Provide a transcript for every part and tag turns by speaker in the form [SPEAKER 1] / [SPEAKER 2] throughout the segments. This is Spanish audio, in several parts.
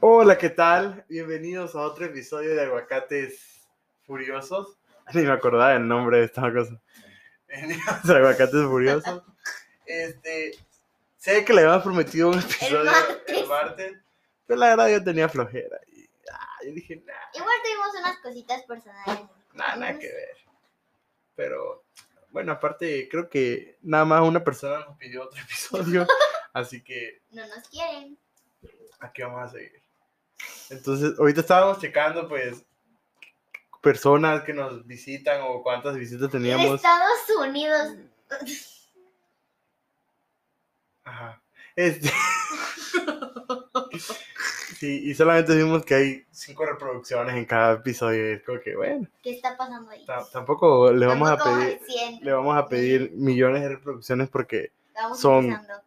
[SPEAKER 1] Hola, ¿qué tal? Bienvenidos a otro episodio de Aguacates Furiosos. Ni me acordaba el nombre de esta cosa. Bienvenidos a Aguacates Furiosos. Este, sé que le habíamos prometido un episodio el martes, pero la verdad yo tenía flojera. Y ah, yo dije, nah,
[SPEAKER 2] Igual tuvimos unas cositas personales.
[SPEAKER 1] nah, nada que ver. Pero bueno, aparte creo que nada más una persona nos pidió otro episodio, así que
[SPEAKER 2] No nos quieren.
[SPEAKER 1] aquí vamos a seguir. Entonces, ahorita estábamos checando, pues, personas que nos visitan o cuántas visitas
[SPEAKER 2] En
[SPEAKER 1] teníamos.
[SPEAKER 2] Estados Unidos.
[SPEAKER 1] Ajá. Este... Sí, y solamente vimos que hay cinco reproducciones en cada episodio. y Es como que, bueno,
[SPEAKER 2] ¿Qué está pasando ahí?
[SPEAKER 1] ta- tampoco le vamos a
[SPEAKER 2] Tampoco
[SPEAKER 1] pedir,
[SPEAKER 2] al 100,
[SPEAKER 1] le vamos a pedir millones de reproducciones porque
[SPEAKER 2] estamos
[SPEAKER 1] son-
[SPEAKER 2] empezando.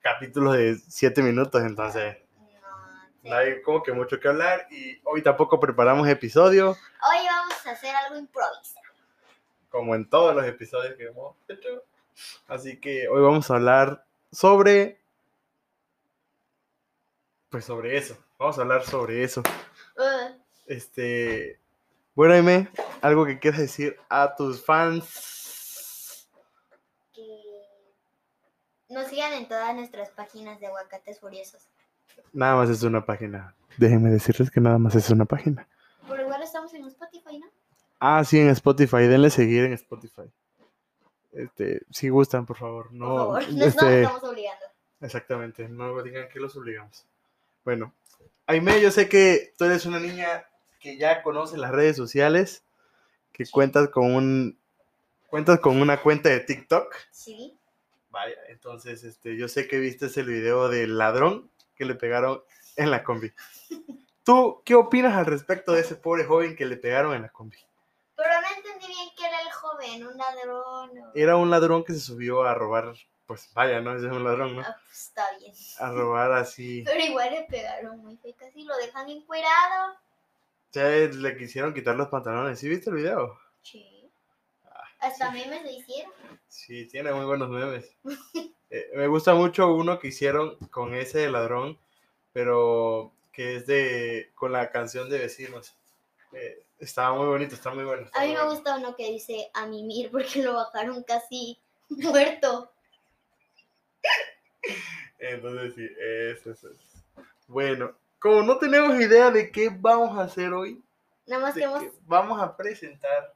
[SPEAKER 1] capítulos de siete minutos, entonces
[SPEAKER 2] No, sí.
[SPEAKER 1] no hay como que mucho que hablar y hoy tampoco preparamos episodio.
[SPEAKER 2] Hoy vamos a hacer algo improvisado.
[SPEAKER 1] como en todos los episodios que hemos hecho. Así que hoy vamos a hablar sobre... Pues sobre eso. Vamos a hablar sobre eso. Ah.
[SPEAKER 2] Uh,
[SPEAKER 1] Este... Bueno, Aime, algo que quieras decir a tus fans.
[SPEAKER 2] que nos sigan en todas nuestras páginas de aguacates furiosos.
[SPEAKER 1] Nada más es una página. Déjenme decirles que nada más es una página.
[SPEAKER 2] Por igual estamos en Spotify, ¿no?
[SPEAKER 1] Ah, sí, en Spotify. Denle seguir en Spotify. Este, si gustan, por favor. No,
[SPEAKER 2] Por favor, no, no
[SPEAKER 1] este,
[SPEAKER 2] estamos obligando.
[SPEAKER 1] Exactamente, no digan que los obligamos. Bueno, Aime, yo sé que tú eres una niña que ya conoce las redes sociales, que cuentas con un cuentas con una cuenta de TikTok.
[SPEAKER 2] Sí,
[SPEAKER 1] Vaya, entonces este, yo sé que viste el video del ladrón que le pegaron en la combi. ¿Tú qué opinas al respecto de ese pobre joven que le pegaron en la combi?
[SPEAKER 2] pero no entendí bien que era el joven, un ladrón. o-
[SPEAKER 1] Era un ladrón que se subió a robar, pues vaya, ¿no? Ese es un ladrón, ¿no?
[SPEAKER 2] Ah, pues está bien.
[SPEAKER 1] A robar así.
[SPEAKER 2] Pero igual le pegaron muy feo, casi lo dejan encuerado.
[SPEAKER 1] O sea, le quisieron quitar los pantalones. ¿Sí viste el video?
[SPEAKER 2] Sí.
[SPEAKER 1] Ah,
[SPEAKER 2] Hasta memes lo hicieron.
[SPEAKER 1] Sí, tiene muy buenos memes. Eh, me gusta mucho uno que hicieron con ese ladrón, pero que es de con la canción de vecinos. Eh, estaba muy bonito, está muy bueno. está
[SPEAKER 2] A mí
[SPEAKER 1] muy
[SPEAKER 2] me
[SPEAKER 1] bueno.
[SPEAKER 2] gusta uno que dice a mimir porque lo bajaron casi muerto.
[SPEAKER 1] Entonces sí, eso es. es. Bueno, como no tenemos idea de qué vamos a hacer hoy,
[SPEAKER 2] Nada más
[SPEAKER 1] de
[SPEAKER 2] que hemos...
[SPEAKER 1] qué vamos a presentar,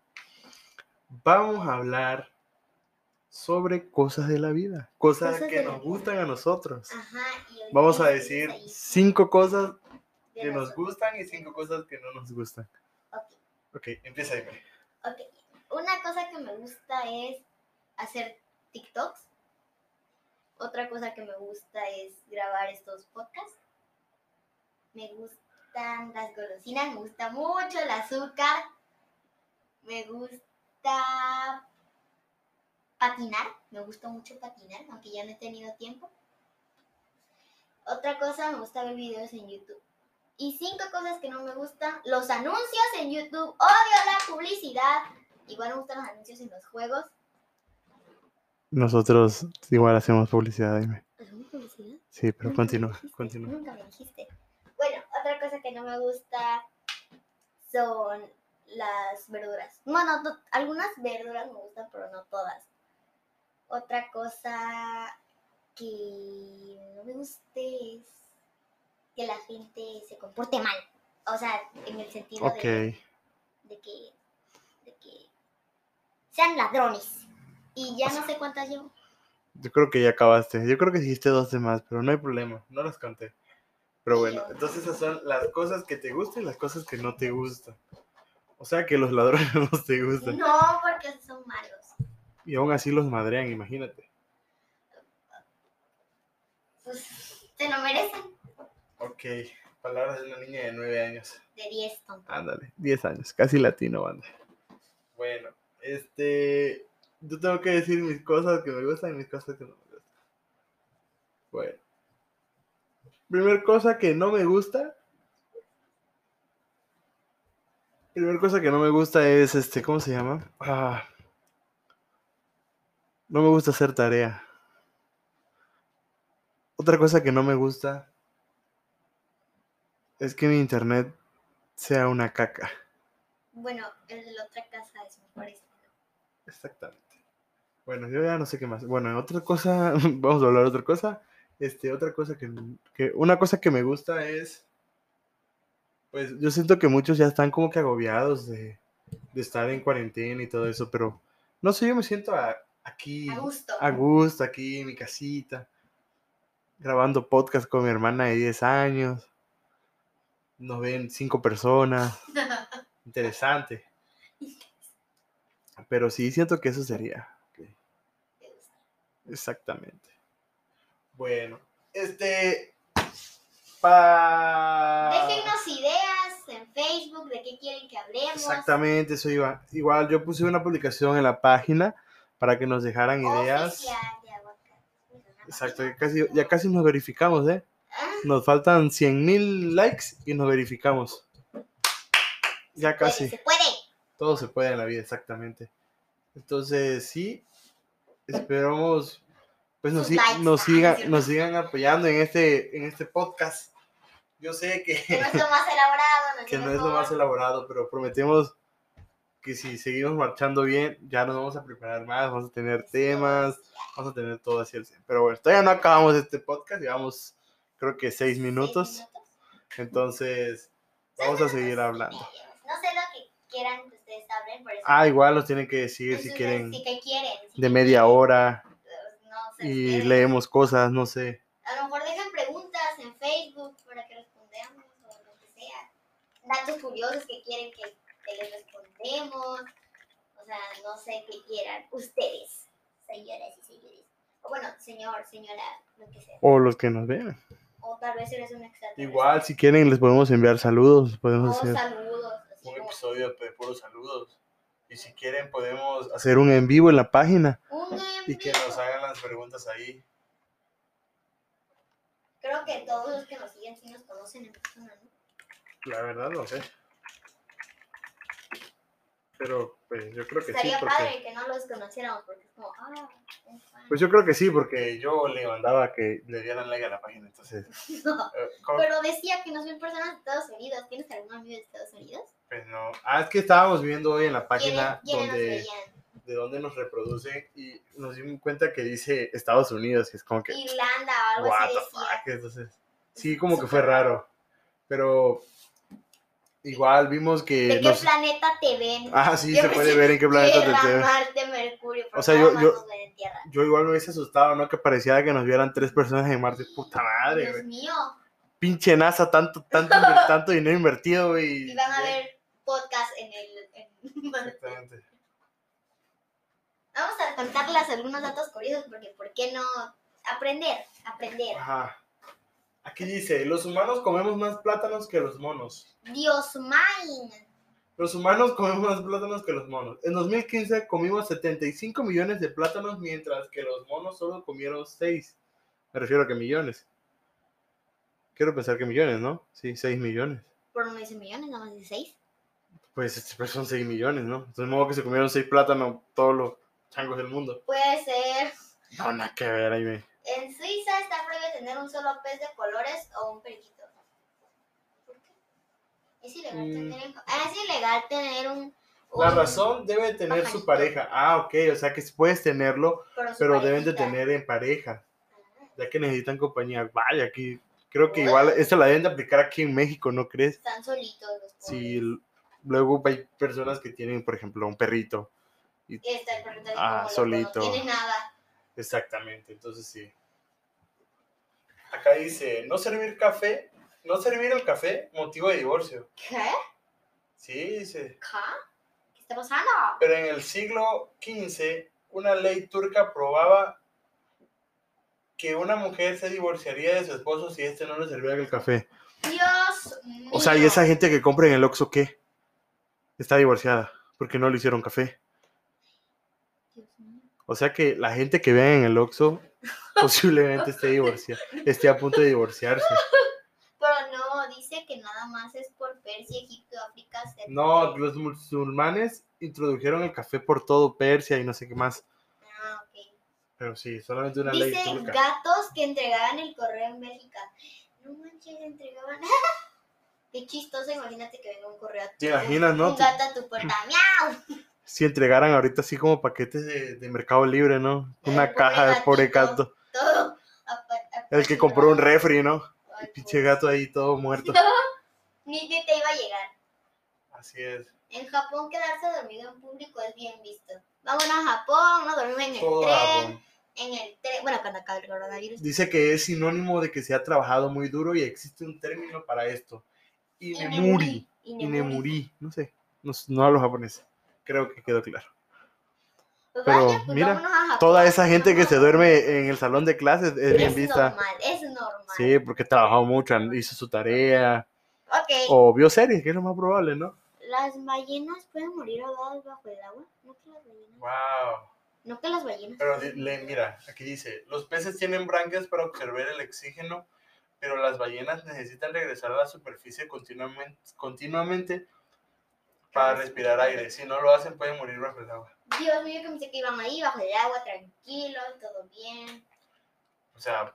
[SPEAKER 1] vamos a hablar sobre cosas de la vida, cosas,
[SPEAKER 2] Cosas
[SPEAKER 1] que
[SPEAKER 2] de
[SPEAKER 1] nos
[SPEAKER 2] la vida. Ah,
[SPEAKER 1] gustan a nosotros.
[SPEAKER 2] Ajá. y ahorita
[SPEAKER 1] Vamos a
[SPEAKER 2] nos tienes
[SPEAKER 1] decir
[SPEAKER 2] ahí
[SPEAKER 1] cinco cosas
[SPEAKER 2] de
[SPEAKER 1] que nos
[SPEAKER 2] razón.
[SPEAKER 1] gustan y cinco cosas que no nos gustan.
[SPEAKER 2] Ok.
[SPEAKER 1] Ok, empieza ahí. Mari.
[SPEAKER 2] Ok. Una cosa que me gusta es hacer TikToks. Otra cosa que me gusta es grabar estos podcasts. Me gustan las golosinas, me gusta mucho el azúcar. Me gusta patinar, me gusta mucho patinar, aunque ya no he tenido tiempo. Otra cosa, me gusta ver videos en YouTube. Y cinco cosas que no me gustan, los anuncios en YouTube. Odio la publicidad. Igual me gustan los anuncios en los juegos.
[SPEAKER 1] Nosotros igual hacemos publicidad, dime.
[SPEAKER 2] ¿Hacemos publicidad?
[SPEAKER 1] Sí, pero
[SPEAKER 2] Nunca me
[SPEAKER 1] continúa,
[SPEAKER 2] dijiste,
[SPEAKER 1] continúa.
[SPEAKER 2] Nunca me dijiste. Bueno, otra cosa que no me gusta son las verduras. Bueno, to- algunas verduras me gustan, pero no todas. Otra cosa que no me guste es que la gente se comporte mal. O sea, en el sentido
[SPEAKER 1] Ok,
[SPEAKER 2] de, de que, de que sean ladrones. Y ya no sé cuántas llevo.
[SPEAKER 1] yo creo que ya acabaste. Yo creo que hiciste dos de más, pero no hay problema, no las conté. Pero bueno, entonces esas son las cosas que te gustan y las cosas que no te gustan. O sea que los ladrones no te gustan.
[SPEAKER 2] No, porque son malos.
[SPEAKER 1] Y aún así los madrean, imagínate.
[SPEAKER 2] Pues se lo merecen.
[SPEAKER 1] Ok, palabras de una niña de nueve años.
[SPEAKER 2] De 10, tonto.
[SPEAKER 1] Ándale, 10 años, casi latino, banda. Bueno, este. Yo tengo que decir mis cosas que me gustan y mis cosas que no me gustan. Bueno. Primer cosa que no me gusta. Primer cosa que no me gusta es este, ¿cómo se llama? Ah, no me gusta hacer tarea. Otra cosa que no me gusta. es que mi internet sea una caca.
[SPEAKER 2] Bueno, el de la otra casa es mejor. este. es mejor.
[SPEAKER 1] Exactamente. Bueno, yo ya no sé qué más. Bueno, otra cosa, vamos a hablar de otra cosa. Este, otra cosa que, que, una cosa que me gusta es, pues yo siento que muchos ya están como que agobiados de, de estar en cuarentena y todo eso, pero no sé, yo me siento a- aquí,
[SPEAKER 2] A gusto.
[SPEAKER 1] a gusto, aquí en mi casita, grabando podcast con mi hermana de 10 años. Nos ven cinco personas. Interesante. Pero sí siento que eso sería. Exactamente. Bueno, este. Pa...
[SPEAKER 2] Déjennos Ah. ideas en Facebook de qué quieren que hablemos.
[SPEAKER 1] Exactamente, eso iba. Igual yo puse una publicación en la página para que nos dejaran ideas.
[SPEAKER 2] Oficial de Aguacate.
[SPEAKER 1] Exacto, ya casi, ya casi nos verificamos, ¿eh?
[SPEAKER 2] Ah,
[SPEAKER 1] Nos faltan 100 mil likes y nos verificamos. Ya
[SPEAKER 2] puede,
[SPEAKER 1] casi.
[SPEAKER 2] pues, Se puede.
[SPEAKER 1] Todo se puede en la vida, exactamente. Entonces, sí, esperamos, pues nos, si-
[SPEAKER 2] Sus likes,
[SPEAKER 1] nos,
[SPEAKER 2] ah,
[SPEAKER 1] sigan,
[SPEAKER 2] es cierto.
[SPEAKER 1] nos sigan apoyando en este, en este podcast. Yo sé que,
[SPEAKER 2] Que no es lo más elaborado.
[SPEAKER 1] que no es lo más elaborado, pero prometemos que si seguimos marchando bien, ya nos vamos a preparar más, vamos a tener temas, vamos a tener todo así. al cien. Pero bueno, todavía no acabamos este podcast, llevamos creo que seis minutos, entonces vamos a seguir hablando.
[SPEAKER 2] No sé lo que quieran que ustedes hablen, por eso.
[SPEAKER 1] Ah, igual nos tienen que
[SPEAKER 2] en
[SPEAKER 1] decir si
[SPEAKER 2] sus-
[SPEAKER 1] quieren
[SPEAKER 2] Si que quieren. si
[SPEAKER 1] de
[SPEAKER 2] que
[SPEAKER 1] media
[SPEAKER 2] quieren,
[SPEAKER 1] hora
[SPEAKER 2] pues, No sé.
[SPEAKER 1] y
[SPEAKER 2] ustedes.
[SPEAKER 1] leemos cosas, no sé.
[SPEAKER 2] A lo mejor dejan preguntas en Facebook para que respondamos o lo que sea. Datos curiosos que quieren que, que les respondemos. O sea, no sé qué quieran ustedes, señoras y señores. O bueno, señor, señora, lo que sea.
[SPEAKER 1] O los que nos vean.
[SPEAKER 2] O tal vez eres un extraterrestre.
[SPEAKER 1] Igual, si quieren, les podemos enviar saludos.
[SPEAKER 2] O
[SPEAKER 1] Podemos hacer
[SPEAKER 2] saludos. Así como
[SPEAKER 1] episodio de puros saludos. Y si quieren, podemos hacer un en vivo en la página
[SPEAKER 2] un en
[SPEAKER 1] y que
[SPEAKER 2] vivo.
[SPEAKER 1] nos hagan las preguntas ahí.
[SPEAKER 2] Creo que todos los que nos siguen sí nos conocen en persona, ¿no?
[SPEAKER 1] La verdad, no sé. Pero pues yo creo que sí.
[SPEAKER 2] Estaría
[SPEAKER 1] Porque,
[SPEAKER 2] padre que no los conociéramos porque es como, ah, es fan.
[SPEAKER 1] pues yo creo que sí, porque yo le mandaba que le dieran like a la página. Entonces, eh, como-
[SPEAKER 2] Pero decía que nos ven personas de Estados Unidos. ¿Tienes algún amigo de Estados Unidos?
[SPEAKER 1] pues no. Ah, es que estábamos viendo hoy en la página
[SPEAKER 2] ¿Quiénes, quiénes nos
[SPEAKER 1] donde.
[SPEAKER 2] veían?
[SPEAKER 1] de dónde nos reproduce y nos dimos cuenta que dice Estados Unidos, y es como que,
[SPEAKER 2] Irlanda o algo
[SPEAKER 1] what
[SPEAKER 2] así
[SPEAKER 1] the
[SPEAKER 2] decía.
[SPEAKER 1] fuck, entonces, sí, como que fue raro, pero igual vimos
[SPEAKER 2] ¿De
[SPEAKER 1] que,
[SPEAKER 2] qué
[SPEAKER 1] Eh, nos-
[SPEAKER 2] planeta te ven?
[SPEAKER 1] ah, sí, se
[SPEAKER 2] Yo
[SPEAKER 1] puede
[SPEAKER 2] pensé,
[SPEAKER 1] ver en qué planeta te
[SPEAKER 2] Tierra,
[SPEAKER 1] te-
[SPEAKER 2] Marte, Mercurio.
[SPEAKER 1] O
[SPEAKER 2] O
[SPEAKER 1] sea,
[SPEAKER 2] sea,
[SPEAKER 1] yo- yo-
[SPEAKER 2] Nos ven en tierra.
[SPEAKER 1] Yo igual me hubiese asustado, ¿no? Que parecía que nos vieran tres personas en Marte, puta madre,
[SPEAKER 2] Dios
[SPEAKER 1] güey.
[SPEAKER 2] mío.
[SPEAKER 1] Pinche NASA, tanto, tanto, inver- tanto dinero invertido, güey.
[SPEAKER 2] Y van a ver podcast en el... en-
[SPEAKER 1] Exactamente.
[SPEAKER 2] Vamos a contarles algunos datos curiosos porque ¿por qué no aprender? Aprender.
[SPEAKER 1] Ajá. Aquí dice, los humanos comemos más plátanos que los monos.
[SPEAKER 2] Dios mine.
[SPEAKER 1] Los humanos comemos más plátanos que los monos. En 2015 comimos 75 millones de plátanos, mientras que los monos solo comieron 6. Me refiero a que millones. Quiero pensar que millones, ¿no? Sí, 6 millones.
[SPEAKER 2] Por no dice millones, nada más de seis.
[SPEAKER 1] Pues este, pues, son 6 millones, ¿no? Entonces, de modo que se comieron 6 plátanos todos los changos del mundo.
[SPEAKER 2] Puede ser...
[SPEAKER 1] No, nada que ver, ahí me.
[SPEAKER 2] En Suiza está prohibido tener un solo pez de colores o un periquito. ¿Por qué? Es ilegal
[SPEAKER 1] Mm.
[SPEAKER 2] tener un... Ah, es ilegal tener un...
[SPEAKER 1] La
[SPEAKER 2] un-
[SPEAKER 1] razón debe tener su pareja. Ah, ok, o sea que puedes tenerlo,
[SPEAKER 2] pero su
[SPEAKER 1] pero deben de
[SPEAKER 2] parejita.
[SPEAKER 1] tener en pareja, ya que necesitan compañía. Vaya, aquí. Creo que igual esta la deben de aplicar aquí en México, ¿no crees?
[SPEAKER 2] Están solitos los pobres.
[SPEAKER 1] si l- luego hay personas que tienen, por ejemplo, un perrito.
[SPEAKER 2] Y está el perrito así
[SPEAKER 1] Ah,
[SPEAKER 2] como loco,
[SPEAKER 1] solito.
[SPEAKER 2] No tiene nada.
[SPEAKER 1] Exactamente, entonces sí. Acá dice, no servir café, no servir el café, motivo de divorcio.
[SPEAKER 2] ¿Qué?
[SPEAKER 1] Sí, dice.
[SPEAKER 2] ¿Qué? ¿Qué está pasando?
[SPEAKER 1] Pero en el siglo XV, una ley turca aprobaba que una mujer se divorciaría de su esposo si este no le servía el café.
[SPEAKER 2] Dios mío.
[SPEAKER 1] O sea, y esa gente que compra en el Oxxo, ¿qué? Está divorciada, porque no le hicieron café.
[SPEAKER 2] Dios mío.
[SPEAKER 1] O sea que la gente que vean en el Oxxo posiblemente esté divorciada, esté a punto de divorciarse.
[SPEAKER 2] Pero no, dice que nada más es por Persia, Egipto, África, etc.
[SPEAKER 1] No, los musulmanes introdujeron el café por todo Persia y no sé qué más.
[SPEAKER 2] Ah, ok.
[SPEAKER 1] Pero sí, solamente una ley
[SPEAKER 2] Dice
[SPEAKER 1] turca.
[SPEAKER 2] gatos que entregaban el correo en Bélgica. No manches, entregaban. Qué chistoso, imagínate que venga un correo a tu
[SPEAKER 1] ¿Te imaginas,
[SPEAKER 2] un,
[SPEAKER 1] no?
[SPEAKER 2] un gato a tu puerta. ¡Miau!
[SPEAKER 1] Si entregaran ahorita así como paquetes de, de Mercado Libre, ¿no? Una
[SPEAKER 2] Pobre
[SPEAKER 1] caja de pobre
[SPEAKER 2] gatito.
[SPEAKER 1] gato.
[SPEAKER 2] Todo. apa- apa-
[SPEAKER 1] El que compró un refri, ¿no?
[SPEAKER 2] Ay,
[SPEAKER 1] El pinche gato ahí todo muerto.
[SPEAKER 2] No, ni ni te iba a llegar.
[SPEAKER 1] Así es.
[SPEAKER 2] En Japón quedarse dormido en público es bien visto. Vamos a Japón, no dormimos en el
[SPEAKER 1] Todo
[SPEAKER 2] tren,
[SPEAKER 1] Japón.
[SPEAKER 2] en el tren, bueno, cuando acabe el coronavirus.
[SPEAKER 1] Dice que es sinónimo de que se ha trabajado muy duro y existe un término para esto. Inemuri.
[SPEAKER 2] Inemuri.
[SPEAKER 1] Inemuri. No sé. No, sé, no hablo japonés. Creo que quedó claro.
[SPEAKER 2] Pues
[SPEAKER 1] Pero,
[SPEAKER 2] vaya, pues
[SPEAKER 1] mira,
[SPEAKER 2] vámonos a Japón.
[SPEAKER 1] Toda esa gente que se
[SPEAKER 2] Vámonos.
[SPEAKER 1] duerme en el salón de clases es bien vista.
[SPEAKER 2] normal, es normal.
[SPEAKER 1] Sí, porque trabajó mucho, hizo su tarea.
[SPEAKER 2] Ok,
[SPEAKER 1] O vio series, que es lo más probable, ¿no?
[SPEAKER 2] ¿las ballenas pueden morir ahogadas bajo el agua? No que las ballenas.
[SPEAKER 1] Wow.
[SPEAKER 2] No que las ballenas.
[SPEAKER 1] Pero di- le- mira, aquí dice, los peces tienen branquias para observar el oxígeno, pero las ballenas necesitan regresar a la superficie continuamente, continuamente para respirar aire. Si no lo hacen, pueden morir bajo el agua.
[SPEAKER 2] Dios mío, que pensé que iban ahí bajo el agua, tranquilos, todo bien.
[SPEAKER 1] O sea,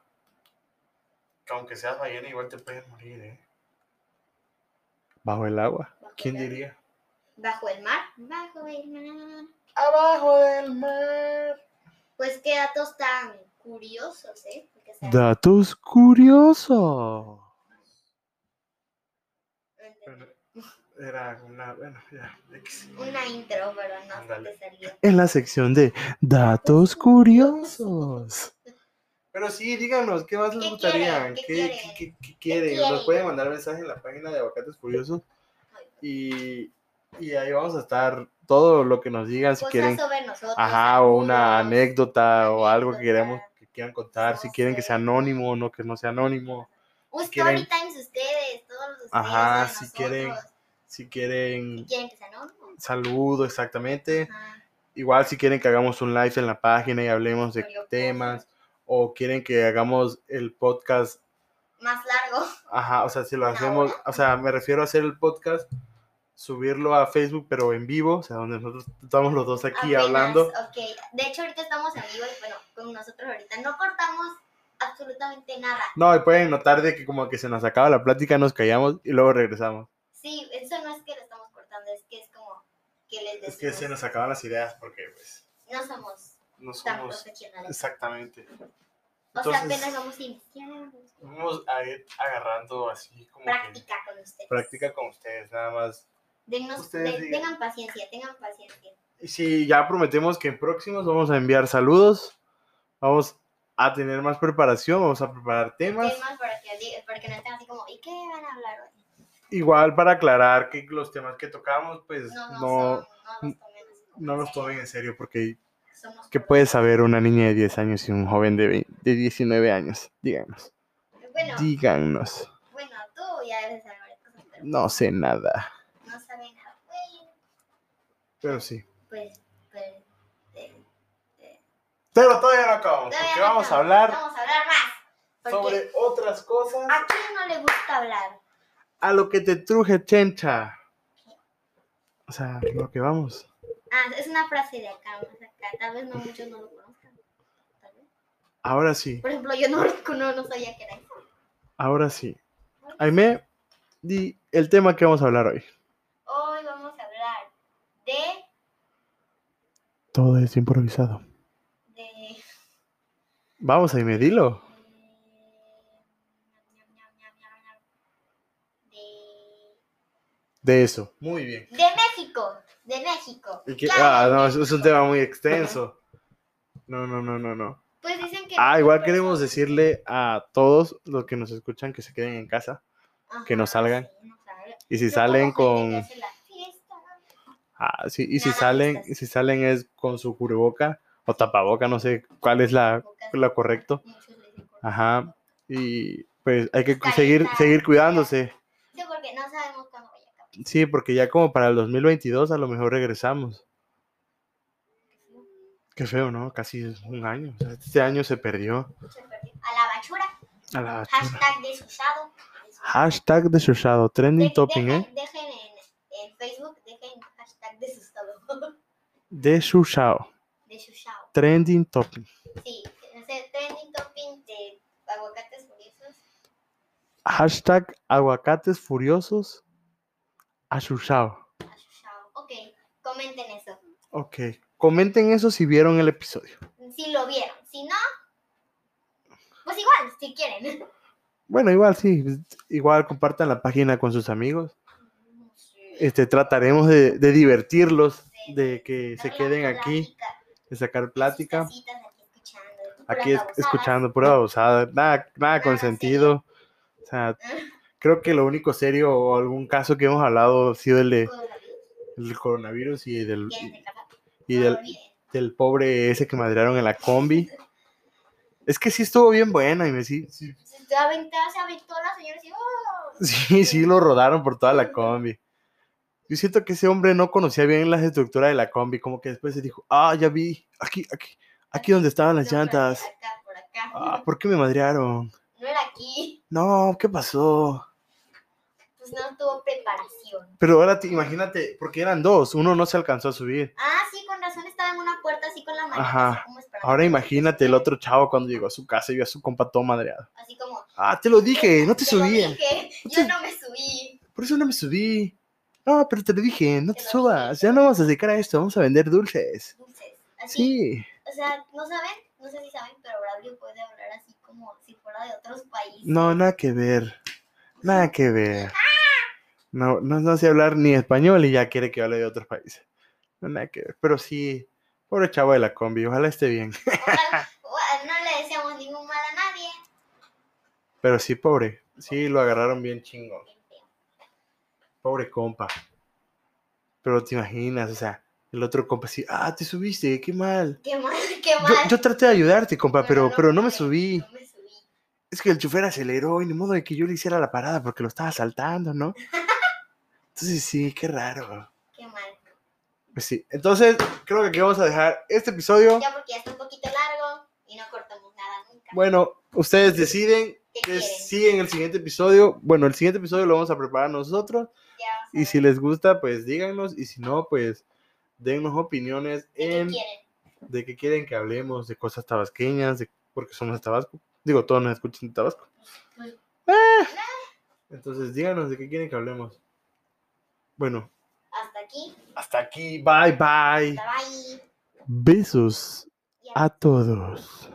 [SPEAKER 1] que aunque seas ballena, igual te pueden morir, ¿eh? ¿Bajo el agua?
[SPEAKER 2] bajo
[SPEAKER 1] ¿Quién
[SPEAKER 2] el agua.
[SPEAKER 1] diría?
[SPEAKER 2] Bajo el mar. Bajo el mar.
[SPEAKER 1] Abajo del mar.
[SPEAKER 2] Pues qué datos tan curiosos, ¿eh? Porque, o sea,
[SPEAKER 1] Datos curiosos. Era una, bueno, ya. X.
[SPEAKER 2] una intro, pero no se
[SPEAKER 1] Ándale.
[SPEAKER 2] te salió.
[SPEAKER 1] en la sección de datos curiosos. Pero sí, díganos, ¿qué más les
[SPEAKER 2] ¿Qué
[SPEAKER 1] gustaría?
[SPEAKER 2] quieren? ¿Qué
[SPEAKER 1] ¿Qué,
[SPEAKER 2] quieren?
[SPEAKER 1] qué- qué- qué quieren?
[SPEAKER 2] quieren?
[SPEAKER 1] Nos pueden mandar mensaje en la página de Aguacates Curiosos y, y ahí vamos a estar todo lo que nos digan, si
[SPEAKER 2] Cosas
[SPEAKER 1] quieren,
[SPEAKER 2] sobre nosotros.
[SPEAKER 1] ajá, o una
[SPEAKER 2] amigos,
[SPEAKER 1] anécdota o algo que queramos
[SPEAKER 2] anécdota.
[SPEAKER 1] que quieran contar,
[SPEAKER 2] No
[SPEAKER 1] si quieren que
[SPEAKER 2] sé.
[SPEAKER 1] sea anónimo o no que no sea anónimo,
[SPEAKER 2] Un
[SPEAKER 1] si quieren-
[SPEAKER 2] story times ustedes, todos ustedes.
[SPEAKER 1] Ajá,
[SPEAKER 2] saben
[SPEAKER 1] si
[SPEAKER 2] nosotros.
[SPEAKER 1] quieren- si quieren
[SPEAKER 2] ¿Quieren que sea anónimo?
[SPEAKER 1] saludo exactamente,
[SPEAKER 2] Ajá.
[SPEAKER 1] igual si quieren que hagamos un live en la página y hablemos de
[SPEAKER 2] Sobre
[SPEAKER 1] temas, o quieren que hagamos el podcast,
[SPEAKER 2] cosas Más largo.
[SPEAKER 1] ajá, o sea, si lo
[SPEAKER 2] ¿Una
[SPEAKER 1] hacemos, o sea, me refiero a hacer el podcast, subirlo a Facebook, pero en vivo, o sea, donde nosotros estamos los dos aquí
[SPEAKER 2] apenas,
[SPEAKER 1] hablando.
[SPEAKER 2] Ok. De hecho, ahorita estamos en vivo y bueno, con nosotros ahorita no cortamos absolutamente nada.
[SPEAKER 1] No, y pueden notar de que como que se nos acaba la plática, nos callamos y luego regresamos.
[SPEAKER 2] Sí, eso no es que lo estamos cortando, es que es como que les decimos.
[SPEAKER 1] Es que se nos acaban las ideas porque pues
[SPEAKER 2] No somos
[SPEAKER 1] no
[SPEAKER 2] tan
[SPEAKER 1] somos
[SPEAKER 2] profesionales.
[SPEAKER 1] exactamente.
[SPEAKER 2] O sea, apenas
[SPEAKER 1] Entonces,
[SPEAKER 2] vamos iniciando
[SPEAKER 1] vamos a ir agarrando así como que
[SPEAKER 2] práctica con ustedes.
[SPEAKER 1] práctica con ustedes, nada más.
[SPEAKER 2] Dennos-
[SPEAKER 1] Ustedes
[SPEAKER 2] de-
[SPEAKER 1] digan.
[SPEAKER 2] tengan paciencia, tengan paciencia.
[SPEAKER 1] Y sí, ya prometemos que en próximos vamos a enviar saludos, vamos a tener más preparación, vamos a preparar temas.
[SPEAKER 2] Temas para que, diga- para que no estén así como, ¿y qué van a hablar hoy?
[SPEAKER 1] Igual para aclarar que los temas que tocamos, pues
[SPEAKER 2] No, no,
[SPEAKER 1] no,
[SPEAKER 2] son- no los tomen así como
[SPEAKER 1] no
[SPEAKER 2] en
[SPEAKER 1] los
[SPEAKER 2] serio.
[SPEAKER 1] tomen en serio, porque
[SPEAKER 2] Somos
[SPEAKER 1] ¿qué puede saber una niña de 10 años y un joven de, 20 de 19 años? Díganos,
[SPEAKER 2] Bueno,
[SPEAKER 1] díganos,
[SPEAKER 2] bueno, tú ya debes saber cosas, pero
[SPEAKER 1] no sé nada.
[SPEAKER 2] no saben nada. Bueno,
[SPEAKER 1] Pero sí.
[SPEAKER 2] pues, pues, eh,
[SPEAKER 1] Pero todavía no acabamos,
[SPEAKER 2] todavía
[SPEAKER 1] porque
[SPEAKER 2] no
[SPEAKER 1] vamos a
[SPEAKER 2] acabamos.
[SPEAKER 1] hablar
[SPEAKER 2] Vamos a hablar más. Porque
[SPEAKER 1] sobre otras cosas.
[SPEAKER 2] ¿A quién no le gusta hablar?
[SPEAKER 1] A lo que te truje, chencha. O sea, lo que vamos.
[SPEAKER 2] Ah, es una frase de acá, más acá. Tal vez no muchos no lo conozcan. Tal vez.
[SPEAKER 1] Ahora sí,
[SPEAKER 2] Por ejemplo, yo no, no, no sabía que era eso.
[SPEAKER 1] ahora sí. Aime, di el tema que vamos a hablar hoy.
[SPEAKER 2] Hoy vamos a hablar de.
[SPEAKER 1] Todo es improvisado.
[SPEAKER 2] de.
[SPEAKER 1] Vamos, Aime, dilo.
[SPEAKER 2] de.
[SPEAKER 1] De eso. Muy bien.
[SPEAKER 2] de México. De México.
[SPEAKER 1] Y que- ah,
[SPEAKER 2] Claro,
[SPEAKER 1] no,
[SPEAKER 2] de
[SPEAKER 1] es, es un
[SPEAKER 2] México.
[SPEAKER 1] tema muy extenso. No, no, no, no, no.
[SPEAKER 2] Pues dicen que.
[SPEAKER 1] Ah,
[SPEAKER 2] muchas
[SPEAKER 1] igual queremos
[SPEAKER 2] personas-
[SPEAKER 1] decirle a todos los que nos escuchan que se queden en casa. que no
[SPEAKER 2] Ajá,
[SPEAKER 1] salgan.
[SPEAKER 2] sí, no salgan.
[SPEAKER 1] Y si
[SPEAKER 2] No
[SPEAKER 1] salen
[SPEAKER 2] como
[SPEAKER 1] con.
[SPEAKER 2] gente que hace la fiesta.
[SPEAKER 1] ah, sí, y si
[SPEAKER 2] Nada,
[SPEAKER 1] salen,
[SPEAKER 2] fiestas.
[SPEAKER 1] y si salen es con su cubreboca o tapaboca, no sé cuál es la,
[SPEAKER 2] Pocas-
[SPEAKER 1] lo correcto.
[SPEAKER 2] muchos le dicen con-
[SPEAKER 1] Ajá. Y pues hay que cu-
[SPEAKER 2] Careta.
[SPEAKER 1] seguir, seguir cuidándose.
[SPEAKER 2] Sí, porque no sabemos cuándo vaya a acabar.
[SPEAKER 1] Sí, porque ya como para el 2022 a lo mejor regresamos. Qué feo, ¿no? Casi es un año. O sea, este año se perdió
[SPEAKER 2] Se perdió. A la bachura,
[SPEAKER 1] a la basura.
[SPEAKER 2] hashtag desusado.
[SPEAKER 1] Hashtag desusado, trending
[SPEAKER 2] De-
[SPEAKER 1] topping,
[SPEAKER 2] dejen,
[SPEAKER 1] ¿eh?
[SPEAKER 2] dejen en, en Facebook, dejen hashtag desusado.
[SPEAKER 1] Desusado,
[SPEAKER 2] Desusado.
[SPEAKER 1] trending topping.
[SPEAKER 2] Sí, no sé, trending topping de aguacates furiosos.
[SPEAKER 1] Hashtag aguacates furiosos. Ashushao.
[SPEAKER 2] Ashushao. Ok, comenten eso.
[SPEAKER 1] Ok. Comenten eso si vieron el episodio.
[SPEAKER 2] Si lo vieron. Si no, pues igual, si quieren.
[SPEAKER 1] Bueno, igual sí. Igual compartan la página con sus amigos. Este, trataremos de, de divertirlos, de que se queden aquí, de sacar plática.
[SPEAKER 2] Sus casitas aquí
[SPEAKER 1] Aquí
[SPEAKER 2] escuchando, puras
[SPEAKER 1] es-
[SPEAKER 2] babosadas.
[SPEAKER 1] escuchando pura babosada, nada, nada con sentido. O sea, creo que lo único serio o algún caso que hemos hablado ha sido el de
[SPEAKER 2] Coronavirus,
[SPEAKER 1] el coronavirus y del,
[SPEAKER 2] ¿Quieren reclamar?
[SPEAKER 1] y
[SPEAKER 2] No lo
[SPEAKER 1] del,
[SPEAKER 2] olviden.
[SPEAKER 1] del pobre ese que madrearon en la combi. Es que sí estuvo bien buena y me sí, sí,
[SPEAKER 2] Se está aventando- se aventó la señora y ¡oh!
[SPEAKER 1] sí, sí lo rodaron por toda la combi. Yo siento que ese hombre no conocía bien las estructuras de la combi, como que después se dijo, ah, ya vi, aquí, aquí, aquí donde estaban las
[SPEAKER 2] No, espérate,
[SPEAKER 1] llantas.
[SPEAKER 2] Acá, por acá.
[SPEAKER 1] Ah, ¿por qué me madrearon?
[SPEAKER 2] No era aquí.
[SPEAKER 1] No, ¿qué pasó?
[SPEAKER 2] Pues no tuvo preparación.
[SPEAKER 1] Pero ahora te- imagínate, porque eran dos, uno no se alcanzó a subir.
[SPEAKER 2] Ah, sí, con razón estaba en una puerta así con la mano.
[SPEAKER 1] Ajá.
[SPEAKER 2] Así como esperando.
[SPEAKER 1] Ahora imagínate el otro chavo cuando llegó a su casa y vio a su compa todo madreado.
[SPEAKER 2] Así como.
[SPEAKER 1] Ah, te lo dije, no te
[SPEAKER 2] "Te lo
[SPEAKER 1] subía.
[SPEAKER 2] dije, Yo no me subí.
[SPEAKER 1] Por eso no me subí. No, pero te lo dije, no te
[SPEAKER 2] Te lo
[SPEAKER 1] subas.
[SPEAKER 2] dije.
[SPEAKER 1] Ya no vamos a dedicar a esto, vamos a vender dulces.
[SPEAKER 2] Dulces. Así.
[SPEAKER 1] Sí.
[SPEAKER 2] O sea, no saben, no sé si saben, pero Braulio puede hablar así como si fuera de otros países.
[SPEAKER 1] No, nada que ver. Nada que ver. No, no, no sé hablar ni español y ya quiere que hable de otros países. No, nada que ver. Pero sí, pobre chavo de la combi, ojalá esté bien.
[SPEAKER 2] Ojalá- ojalá no le deseamos ningún mal a nadie.
[SPEAKER 1] Pero sí, pobre. Sí, lo agarraron bien chingón. Pobre compa. Pero te imaginas, o sea, el otro compa así, ah, te subiste, qué mal.
[SPEAKER 2] Qué mal, qué
[SPEAKER 1] Yo,
[SPEAKER 2] mal.
[SPEAKER 1] yo traté de ayudarte, compa,
[SPEAKER 2] Bueno,
[SPEAKER 1] pero, pero no me
[SPEAKER 2] pude,
[SPEAKER 1] subí.
[SPEAKER 2] No me subí.
[SPEAKER 1] Es que el chofer aceleró y ni modo de que yo le hiciera la parada porque lo estaba saltando, ¿no? Entonces sí, qué raro.
[SPEAKER 2] Qué mal.
[SPEAKER 1] Pues sí, entonces creo que aquí vamos a dejar este episodio.
[SPEAKER 2] Ya porque ya está un poquito largo y no cortamos nada nunca.
[SPEAKER 1] Bueno, ustedes deciden
[SPEAKER 2] ¿Qué
[SPEAKER 1] que
[SPEAKER 2] quieren?
[SPEAKER 1] siguen el siguiente episodio. Bueno, el siguiente episodio lo vamos a preparar nosotros.
[SPEAKER 2] Ya vamos a
[SPEAKER 1] Y si
[SPEAKER 2] ver
[SPEAKER 1] les gusta, pues díganos. Y si no, pues dennos opiniones
[SPEAKER 2] de
[SPEAKER 1] en
[SPEAKER 2] ¿Qué quieren?
[SPEAKER 1] de qué quieren que hablemos, de cosas tabasqueñas, de, porque somos de Tabasco. Digo, todos nos escuchan de Tabasco.
[SPEAKER 2] Pues-
[SPEAKER 1] Ah. Entonces, díganos de qué quieren que hablemos. Bueno,
[SPEAKER 2] Hasta aquí.
[SPEAKER 1] hasta aquí. Bye, bye.
[SPEAKER 2] Hasta bye.
[SPEAKER 1] Besos
[SPEAKER 2] Y
[SPEAKER 1] a todos.